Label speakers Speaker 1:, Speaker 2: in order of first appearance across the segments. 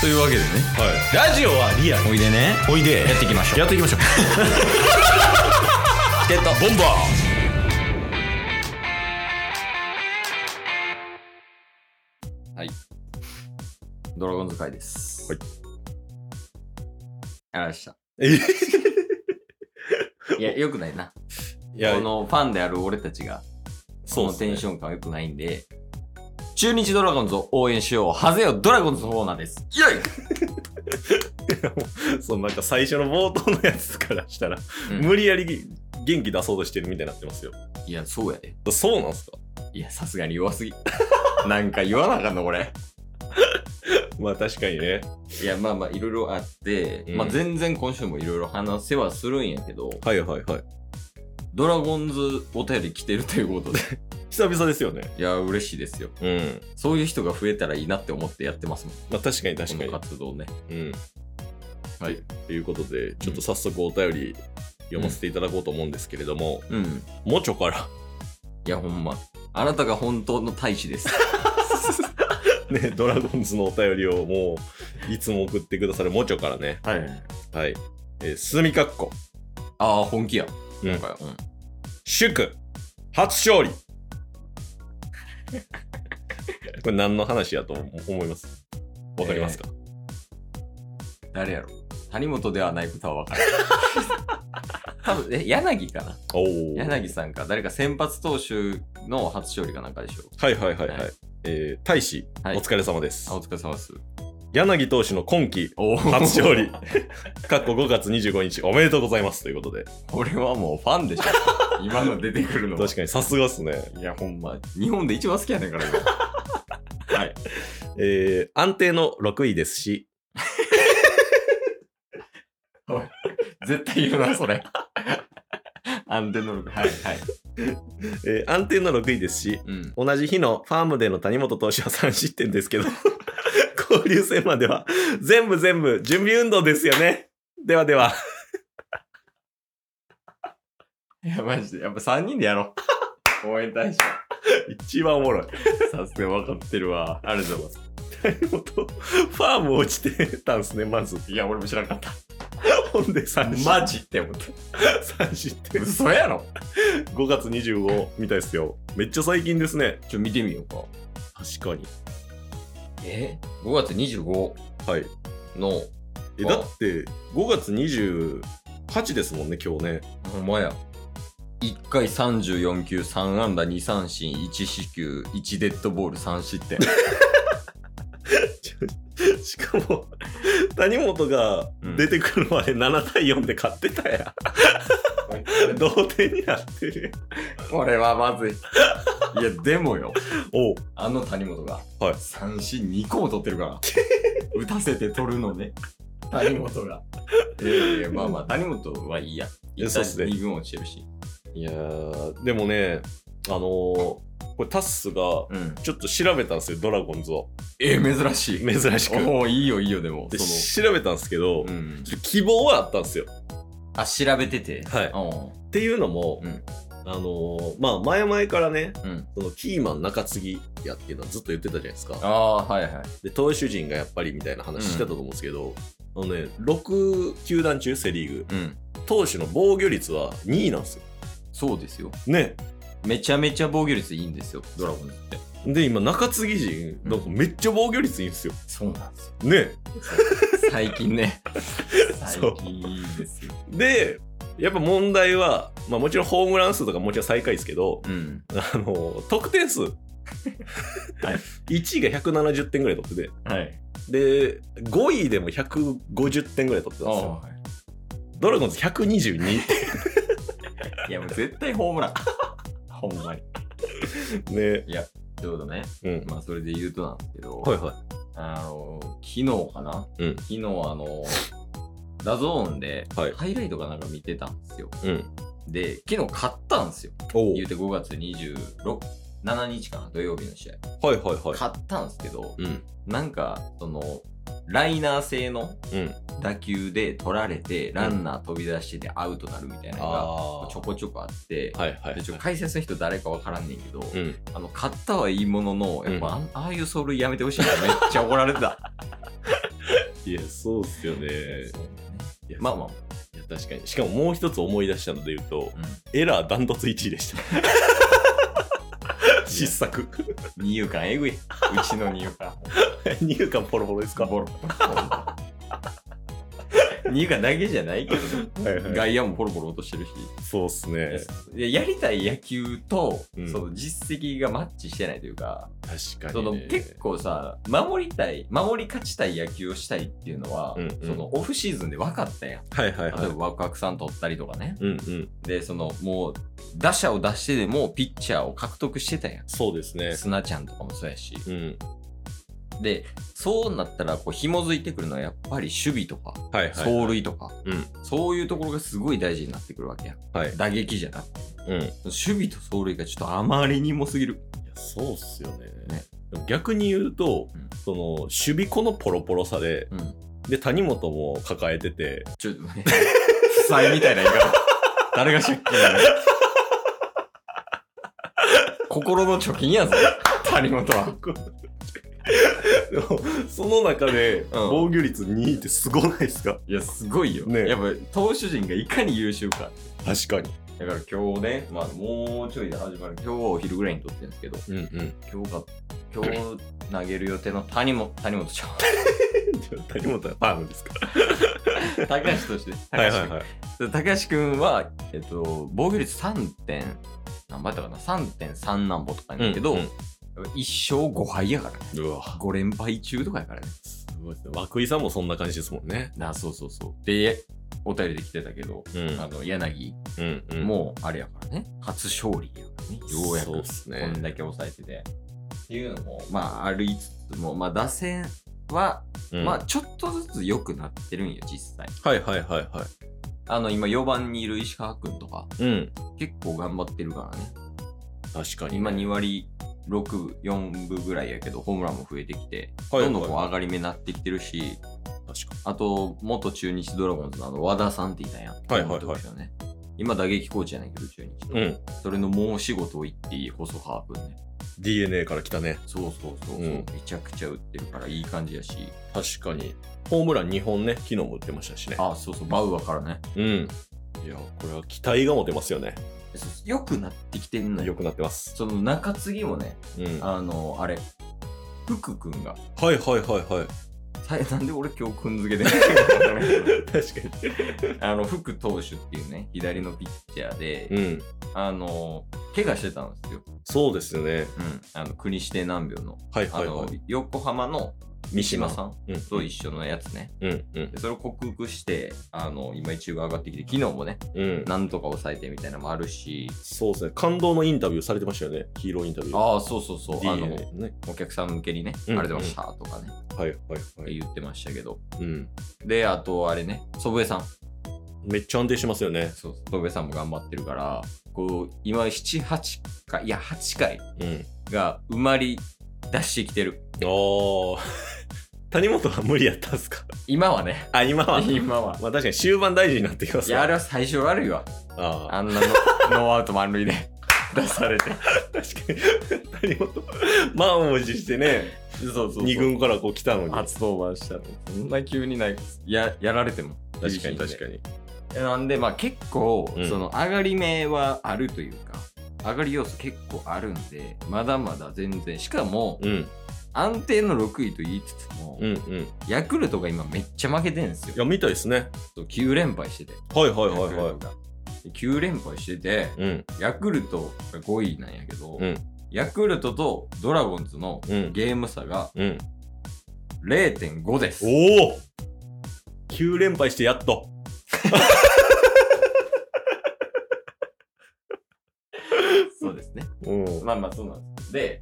Speaker 1: というわけでね
Speaker 2: ラジオはリアル
Speaker 1: おいでね
Speaker 2: おいで
Speaker 1: やっていきましょう
Speaker 2: やっていきましょう
Speaker 1: チケットボンバーはいドラゴンズ会です
Speaker 2: はい
Speaker 1: ありました
Speaker 2: え
Speaker 1: いやよくないない
Speaker 2: や
Speaker 1: このファンである俺たちがそのテンション感は良くないんで中日ドラゴンズを応援しようハゼよドラゴンズのコーナーですイエイ
Speaker 2: そうなんか最初の冒頭のやつからしたら、
Speaker 1: うん
Speaker 2: 無理やり元気出そうとしてるみたいになってますよ
Speaker 1: いやそうやで
Speaker 2: そうなんすか
Speaker 1: いやさすがに弱すぎ なんか言わなあかんの俺
Speaker 2: まあ確かにね
Speaker 1: いやまあまあいろいろあって、
Speaker 2: うん
Speaker 1: まあ全然今週もいろいろ話せはするんやけど
Speaker 2: はいはいはい
Speaker 1: ドラゴンズお便り来てるということ で
Speaker 2: 久々ですよね
Speaker 1: いや嬉しいですよ
Speaker 2: うん
Speaker 1: そういう人が増えたらいいなって思ってやってますもん
Speaker 2: まあ確かに確か
Speaker 1: こ
Speaker 2: に
Speaker 1: の活動ね
Speaker 2: うん
Speaker 1: はい
Speaker 2: ということでちょっと早速お便り読ませていただこうと思うんですけれども、
Speaker 1: うん
Speaker 2: もちょから
Speaker 1: いやほんまあなたが本当の大使です
Speaker 2: ね、ドラゴンズのお便りをもう、いつも送ってくださるモチョからね。
Speaker 1: はい
Speaker 2: はい。えー、すみかっこ、
Speaker 1: ああ本気や
Speaker 2: うん
Speaker 1: 今回は、うん
Speaker 2: 祝、初 勝利。これ何の話やと思思いますわかりますか、
Speaker 1: 誰やろ谷本ではないことは分 かる多分え柳かな
Speaker 2: おお
Speaker 1: 柳さんか誰か先発投手の初勝利かなんかでしょう
Speaker 2: はいはいはいはい。
Speaker 1: はい
Speaker 2: えー、大使、
Speaker 1: はい
Speaker 2: お疲れ様です
Speaker 1: あ。お疲れ様です
Speaker 2: 柳投手の今季、
Speaker 1: おお
Speaker 2: 初勝 利。かっこ5月25日、おめでとうございます。ということで。
Speaker 1: 俺はもうファン でしょ今の出てくるのは
Speaker 2: 確かにさすがっすね。
Speaker 1: いやほんま日本で一番好きやねんから 今はい
Speaker 2: えー、安定の6位ですし、
Speaker 1: 絶対言うなそ れ安定能力はいはい
Speaker 2: えー、安定の6位ですし、
Speaker 1: うん
Speaker 2: 同じ日のファームでの谷本投手は3失点ですけど、 交流戦までは全部全部準備運動ですよね。ではでは。
Speaker 1: いやマジでやっぱ3人でやろう 応援大使
Speaker 2: 一番おもろい。
Speaker 1: さすが分かってるわありがとうございま
Speaker 2: 谷本、ファーム落ちてたんすね、まず。
Speaker 1: すいや俺も知らなかった
Speaker 2: ほんで3失
Speaker 1: マジって思った
Speaker 2: 点。3失点。
Speaker 1: 嘘やろ
Speaker 2: 5月25みたいですよ。めっちゃ最近ですね。
Speaker 1: ちょ見てみようか
Speaker 2: 確かに。
Speaker 1: え5月25
Speaker 2: はい。
Speaker 1: の
Speaker 2: え、だって、5月28ですもんね、今日ね。
Speaker 1: ほんまや。1回34球、3安打、2三振、1四球、1デッドボール、3失点。
Speaker 2: しかも、谷本が出てくるまで7対4で勝ってたやん。同点になってる
Speaker 1: これはまずい。いや、でもよ、
Speaker 2: お
Speaker 1: あの谷本が、
Speaker 2: はい
Speaker 1: 三振2個も取ってるから。打たせて取るのね。谷本が。いやいや、まあまあ、谷本はいいや。
Speaker 2: いやそうっすね
Speaker 1: 1対2軍落ちてるし。
Speaker 2: いやーでもねあのーこれタッスが
Speaker 1: うん。
Speaker 2: ちょっと調べたんですよドラゴンズを
Speaker 1: えー、珍しい。
Speaker 2: 珍しく
Speaker 1: おおいいよ、いいよ、でも。
Speaker 2: で
Speaker 1: そ
Speaker 2: 調べたんですけ
Speaker 1: の、
Speaker 2: ど、
Speaker 1: うん。
Speaker 2: ちょっと希望はあったんですよ
Speaker 1: あ、調べてて。
Speaker 2: はい
Speaker 1: お
Speaker 2: っていうのも、
Speaker 1: うん
Speaker 2: あのーまあ前々からね
Speaker 1: ううん。
Speaker 2: そのキーマン中継ぎやっていうのはずっと言ってたじゃないですか
Speaker 1: ああ、はいはい。
Speaker 2: で投手陣がやっぱりみたいな話してたと思うんですけど、あのね6球団中セ・リーグ
Speaker 1: うん。
Speaker 2: 投手の防御率は2位なんですよ
Speaker 1: そうですよ。
Speaker 2: ね
Speaker 1: めちゃめちゃ防御率いいんですよ、ドラゴンズって。
Speaker 2: で今中継ぎ陣なんかめっちゃ防御率いいんですよ、
Speaker 1: そうなんですよ。
Speaker 2: ね
Speaker 1: 最近 ね。最
Speaker 2: そう
Speaker 1: 近いいですよ。
Speaker 2: でやっぱ問題は、まあ、もちろんホームラン数とかもちろん最下位ですけど
Speaker 1: うん。
Speaker 2: あの得点 数、1位が170点ぐらい取って
Speaker 1: はい。
Speaker 2: てで5位でも150点ぐらい取ってたんですよドラゴンズ122
Speaker 1: いや、もう絶対ホームラン。 ほんまに。
Speaker 2: ね
Speaker 1: ということね。
Speaker 2: うん
Speaker 1: まあ、それで言うとなんですけど、
Speaker 2: はいは
Speaker 1: あの、昨日かな、
Speaker 2: うん
Speaker 1: 昨日、あの、ダゾーンで、
Speaker 2: はい
Speaker 1: ハイライトかなんか見てたんですよ。
Speaker 2: いうん
Speaker 1: で、昨日勝ったんですよ。
Speaker 2: おう
Speaker 1: 言うて5月26、7日かな、土曜日の試合。
Speaker 2: はいはいはい
Speaker 1: 勝ったんですけど、
Speaker 2: うん
Speaker 1: なんか、その、ライナー性の
Speaker 2: うん
Speaker 1: 打球で取られて、ランナー飛び出しててアウトなるみたいなのが
Speaker 2: あ
Speaker 1: ちょこちょこあって、
Speaker 2: はいはいはい
Speaker 1: でちょ解説の人誰かわからんねんけど、
Speaker 2: うん
Speaker 1: あの、勝ったはいいものの、やっぱ、
Speaker 2: うん
Speaker 1: あんああいう走塁やめてほしいな、めっちゃ怒られてた。
Speaker 2: いや、そうっすよね。
Speaker 1: そうね
Speaker 2: いや
Speaker 1: まあまあ、
Speaker 2: いや確かに。しかももう一つ思い出したので言う
Speaker 1: う
Speaker 2: と、エラーダントツ1位でした。 失策。
Speaker 1: ん、二遊間えぐい。うちの二遊間。
Speaker 2: 二遊間ポロポロですか
Speaker 1: ボ ロ。二遊間だけじゃないけど、
Speaker 2: はいはい
Speaker 1: 外野もポロポロ落としてるし。
Speaker 2: そうっすね。
Speaker 1: でやりたい野球と、
Speaker 2: うん
Speaker 1: その実績がマッチしてないというか、
Speaker 2: 確か
Speaker 1: そ
Speaker 2: に、
Speaker 1: の
Speaker 2: ね。
Speaker 1: 結構さ守りたい守り勝ちたい野球をしたいっていうのは、
Speaker 2: うんうん
Speaker 1: そのオフシーズンで分かったやん
Speaker 2: はいはい
Speaker 1: 例
Speaker 2: は
Speaker 1: え
Speaker 2: い。
Speaker 1: ばワクワクさん取ったりとかね
Speaker 2: うんうん。
Speaker 1: でそのもう打者を出してでもピッチャーを獲得してたやん
Speaker 2: そうですね。
Speaker 1: 砂ちゃんとかもそうやし
Speaker 2: うん。
Speaker 1: でそうなったらこう紐づいてくるのはやっぱり守備とか
Speaker 2: はいはい。
Speaker 1: 走塁とか、
Speaker 2: うん
Speaker 1: そういうところがすごい大事になってくるわけやん
Speaker 2: はい。
Speaker 1: 打撃じゃなくて
Speaker 2: うん。いや、
Speaker 1: 守備と走塁がちょっとあまりにもすぎる
Speaker 2: そうっすよね。
Speaker 1: ね
Speaker 2: でも逆に言うと、
Speaker 1: うん
Speaker 2: その、守備子のポロポロさで、
Speaker 1: うん
Speaker 2: で、谷本も抱えて て、
Speaker 1: ちょっと ね、負債みたいな言い方。誰が借金やねん心の貯金やぞ、谷本は。
Speaker 2: でもその中で、
Speaker 1: うん
Speaker 2: 防御率2位ってすごないですか
Speaker 1: いや、すごいよ。
Speaker 2: ね
Speaker 1: やっぱ、投手陣がいかに優秀か。
Speaker 2: 確かに。
Speaker 1: だから今日ね、まあ、もうちょいで始まる、今日はお昼ぐらいに撮ってるんですけど、
Speaker 2: うんうん。
Speaker 1: 今日か、今日投げる予定の谷本、谷本ちゃん。
Speaker 2: 谷本はファームですか
Speaker 1: 高橋として、高橋君。
Speaker 2: はいはいはい。
Speaker 1: 高橋君は、えっと、防御率3点、何倍だったかな ?3.3 何歩とかやねんけど、
Speaker 2: うんうん
Speaker 1: 一生5敗やからね。
Speaker 2: うわ、
Speaker 1: 5連敗中とかやからね。
Speaker 2: すごいですね。涌井さんもそんな感じですもんね。
Speaker 1: なそうそうそう。で、お便りで来てたけど、
Speaker 2: うん
Speaker 1: あの柳
Speaker 2: うんうん。
Speaker 1: もあれやからね、初勝利やからね、ようやく
Speaker 2: そうっすね
Speaker 1: こんだけ抑えてて。っていうのも、まあ、ありつつも、まあ、打線は、
Speaker 2: うん、
Speaker 1: まあ、ちょっとずつ良くなってるんよ、実際。
Speaker 2: はいはいはいは
Speaker 1: あの、今、4番にいる石川くんとか、
Speaker 2: い。うん。
Speaker 1: 結構頑張ってるからね。
Speaker 2: 確かに。
Speaker 1: 今、2割6、4分ぐらいやけど、ホームランも増えてきて、
Speaker 2: はい
Speaker 1: どんどんこう
Speaker 2: はい
Speaker 1: 上がり目になってきてるし、
Speaker 2: 確か
Speaker 1: あと、元中日ドラゴンズのあの和田さんっていたやん。
Speaker 2: はいはいはい
Speaker 1: い、ね。今、打撃コーチやねんけど、中日の。
Speaker 2: に。うん。
Speaker 1: それの申し事を言っていい、細川君ね。
Speaker 2: DNA から来たね。
Speaker 1: そうそうそうそう、
Speaker 2: うん
Speaker 1: めちゃくちゃ打ってるからいい感じやし。
Speaker 2: 確かに。ホームラン2本ね、昨日も打ってましたしね。
Speaker 1: あ、そうそう、バウアーからね。
Speaker 2: うん。いや、これは期待が持てますよね。
Speaker 1: そうそう良くなってきてんの
Speaker 2: 良
Speaker 1: よ。
Speaker 2: くなってます。
Speaker 1: その中継ぎもね、
Speaker 2: うん。はい
Speaker 1: あの、あれ、福君が、
Speaker 2: はいはいはい。
Speaker 1: さなんで俺今日君 付けでダメだ け
Speaker 2: 確かに。
Speaker 1: どあの、福投手っていうね、左のピッチャーで、
Speaker 2: うん。
Speaker 1: あの、怪我してたんですよ。
Speaker 2: そうですよね。
Speaker 1: うん。あの、国指定難病の。
Speaker 2: はい
Speaker 1: あ
Speaker 2: はい
Speaker 1: の、
Speaker 2: はい。
Speaker 1: 横浜の三島さん
Speaker 2: うん。
Speaker 1: と一緒のやつね。
Speaker 2: うんう
Speaker 1: で
Speaker 2: ん
Speaker 1: それを克服して、あの、今一部上がってきて、昨日もね、
Speaker 2: うん。
Speaker 1: なんとか抑えてみたいなのもあるし、
Speaker 2: そうですね。感動のインタビューされてましたよね。ヒーローインタビュー。
Speaker 1: ああ、そうそうそう、あ
Speaker 2: DNA
Speaker 1: の、
Speaker 2: ね。
Speaker 1: お客さん向けにね、あ
Speaker 2: う
Speaker 1: り
Speaker 2: ん
Speaker 1: がとうございましたとかね、
Speaker 2: はいはいはい。
Speaker 1: 言ってましたけど。
Speaker 2: うん。
Speaker 1: で、あと、あれね、祖父江さん。
Speaker 2: めっちゃ安定しますよね。
Speaker 1: そう、祖父江さんも頑張ってるから、こう、今7、8回、いや、8回
Speaker 2: うん。
Speaker 1: が埋まり出してきてる。
Speaker 2: ああ。 谷本は無理やったんすか
Speaker 1: 今はね、
Speaker 2: あ、今 は。
Speaker 1: 今は。
Speaker 2: まあ確かに終盤大事になってきます
Speaker 1: い
Speaker 2: よ
Speaker 1: や、あれは最初悪いわ。
Speaker 2: あ
Speaker 1: あんなの ノーアウト満塁で出されて。
Speaker 2: あ確かに。谷 本、満を持してね、
Speaker 1: そうそうそう
Speaker 2: 二軍からこう来たのに。確
Speaker 1: 初登板したのそんな急にないややられても
Speaker 2: かに確かに。
Speaker 1: になんでまあ結構、
Speaker 2: うん
Speaker 1: その上がり目はあるというか上がり要素結構あるんでまだまだ全然しかも、
Speaker 2: うん、
Speaker 1: 安定の6位と言いつつも、
Speaker 2: うん、うん。い
Speaker 1: ヤクルトが今めっちゃ負けてるんですよ
Speaker 2: や、見たいですね。
Speaker 1: 9連敗してて
Speaker 2: はいはいはい
Speaker 1: ヤク
Speaker 2: は
Speaker 1: ルトがで9連敗してて
Speaker 2: い。うん、
Speaker 1: ヤクルトが5位なんやけど、
Speaker 2: うん
Speaker 1: ヤクルトとドラゴンズの
Speaker 2: うん、
Speaker 1: ゲーム差が
Speaker 2: うん。
Speaker 1: 0.5です
Speaker 2: おお !9 連敗してやっと。
Speaker 1: そうですね
Speaker 2: うん。
Speaker 1: まあまあそうなんです。で、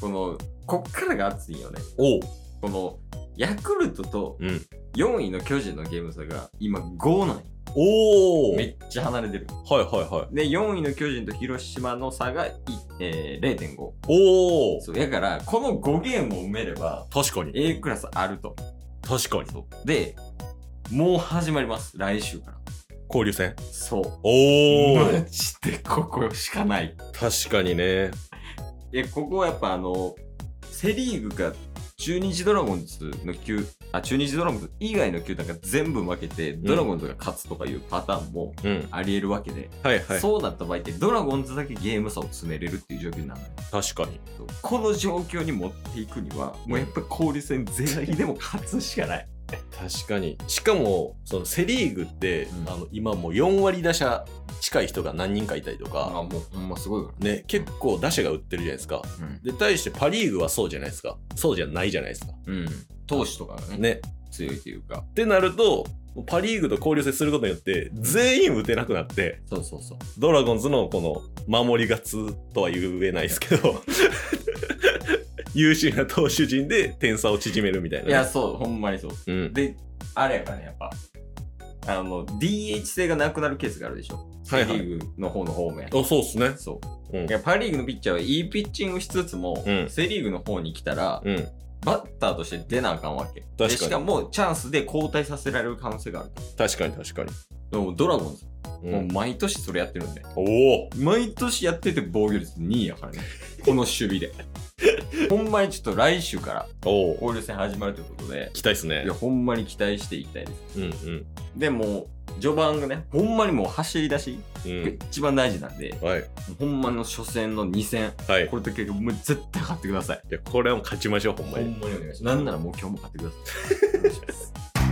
Speaker 1: この、こっからが熱いよね。
Speaker 2: おう
Speaker 1: この、ヤクルトと
Speaker 2: うん。
Speaker 1: 4位の巨人のゲーム差が今5なんよ
Speaker 2: おおは
Speaker 1: め
Speaker 2: い
Speaker 1: っちゃ離れてる。
Speaker 2: はいはい。
Speaker 1: で、4位の巨人と広島の差がい、えー、0.5。
Speaker 2: おお
Speaker 1: そう、やから、この5ゲームを埋めれば、
Speaker 2: 確かに。
Speaker 1: A クラスあると。
Speaker 2: 確かに。
Speaker 1: そうで、もう始まります。来週から。
Speaker 2: 交流戦。
Speaker 1: そう。
Speaker 2: おお
Speaker 1: マジでここしかない。
Speaker 2: 確かにね。
Speaker 1: え、ここはやっぱあの、セリーグか中日ドラゴンズの球、あ、中日ドラゴンズ以外の球団が全部負けて、ドラゴンズが勝つとかいうパターンも
Speaker 2: うん。
Speaker 1: あり得るわけで、
Speaker 2: はいはい。
Speaker 1: そうなった場合って、ドラゴンズだけゲーム差を詰めれるっていう状況になるのよ。
Speaker 2: 確かに。
Speaker 1: この状況に持っていくには、もうやっぱり交流戦全員でも勝つしか ない。
Speaker 2: 確かに。しかも、そのセリーグって、
Speaker 1: うん
Speaker 2: あの、今もう4割打者近い人が何人かいたりとか、
Speaker 1: もうほんますごいか
Speaker 2: ね、結構打者が売ってるじゃないですか。
Speaker 1: ら。うん。
Speaker 2: で、対してパリーグはそうじゃないですか。そうじゃないじゃないですか。
Speaker 1: うん。投手とかがね、
Speaker 2: ね。
Speaker 1: 強いというか。
Speaker 2: ってなると、パリーグと交流戦することによって、全員打てなくなって、
Speaker 1: そうそうそう。
Speaker 2: ドラゴンズのこの守り勝つとは言えないですけ ど優秀な投手陣で点差を縮めるみたいなね、
Speaker 1: いや、そう、ほんまにそう。
Speaker 2: うん、
Speaker 1: で、あれやからね、やっぱ。あの、DH 性がなくなるケースがあるでしょ。
Speaker 2: はいはい
Speaker 1: セリーグの方の方面。
Speaker 2: あそうっすね
Speaker 1: そう。
Speaker 2: うん
Speaker 1: いや、パ・リーグのピッチャーはいいピッチングしつつも、
Speaker 2: うん
Speaker 1: セ・リーグの方に来たら、
Speaker 2: うん
Speaker 1: バッターとして出なあかんわけ。
Speaker 2: かに
Speaker 1: でしかも、チャンスで交代させられる可能性があると。
Speaker 2: 確かに確かに、
Speaker 1: でもドラゴンズ、
Speaker 2: うん
Speaker 1: もう毎年それやってるんで。
Speaker 2: おお
Speaker 1: 毎年やってて防御率2位や からね。この守備で。ほんまにちょっと来週から
Speaker 2: おお
Speaker 1: 交流戦始まるということで、
Speaker 2: 期待っすね
Speaker 1: いや、ほんまに期待していきたいです。
Speaker 2: うんうん
Speaker 1: でもう序盤がねほんまにもう走り出し
Speaker 2: う
Speaker 1: が
Speaker 2: ん
Speaker 1: 一番大事なんで、
Speaker 2: はい
Speaker 1: ほんまの初戦の2戦
Speaker 2: はい
Speaker 1: これだけもう絶対勝ってください
Speaker 2: いやこれはもう勝ちましょうほんまに
Speaker 1: まにお願いしますなんならもう今日も勝ってくださいお願いします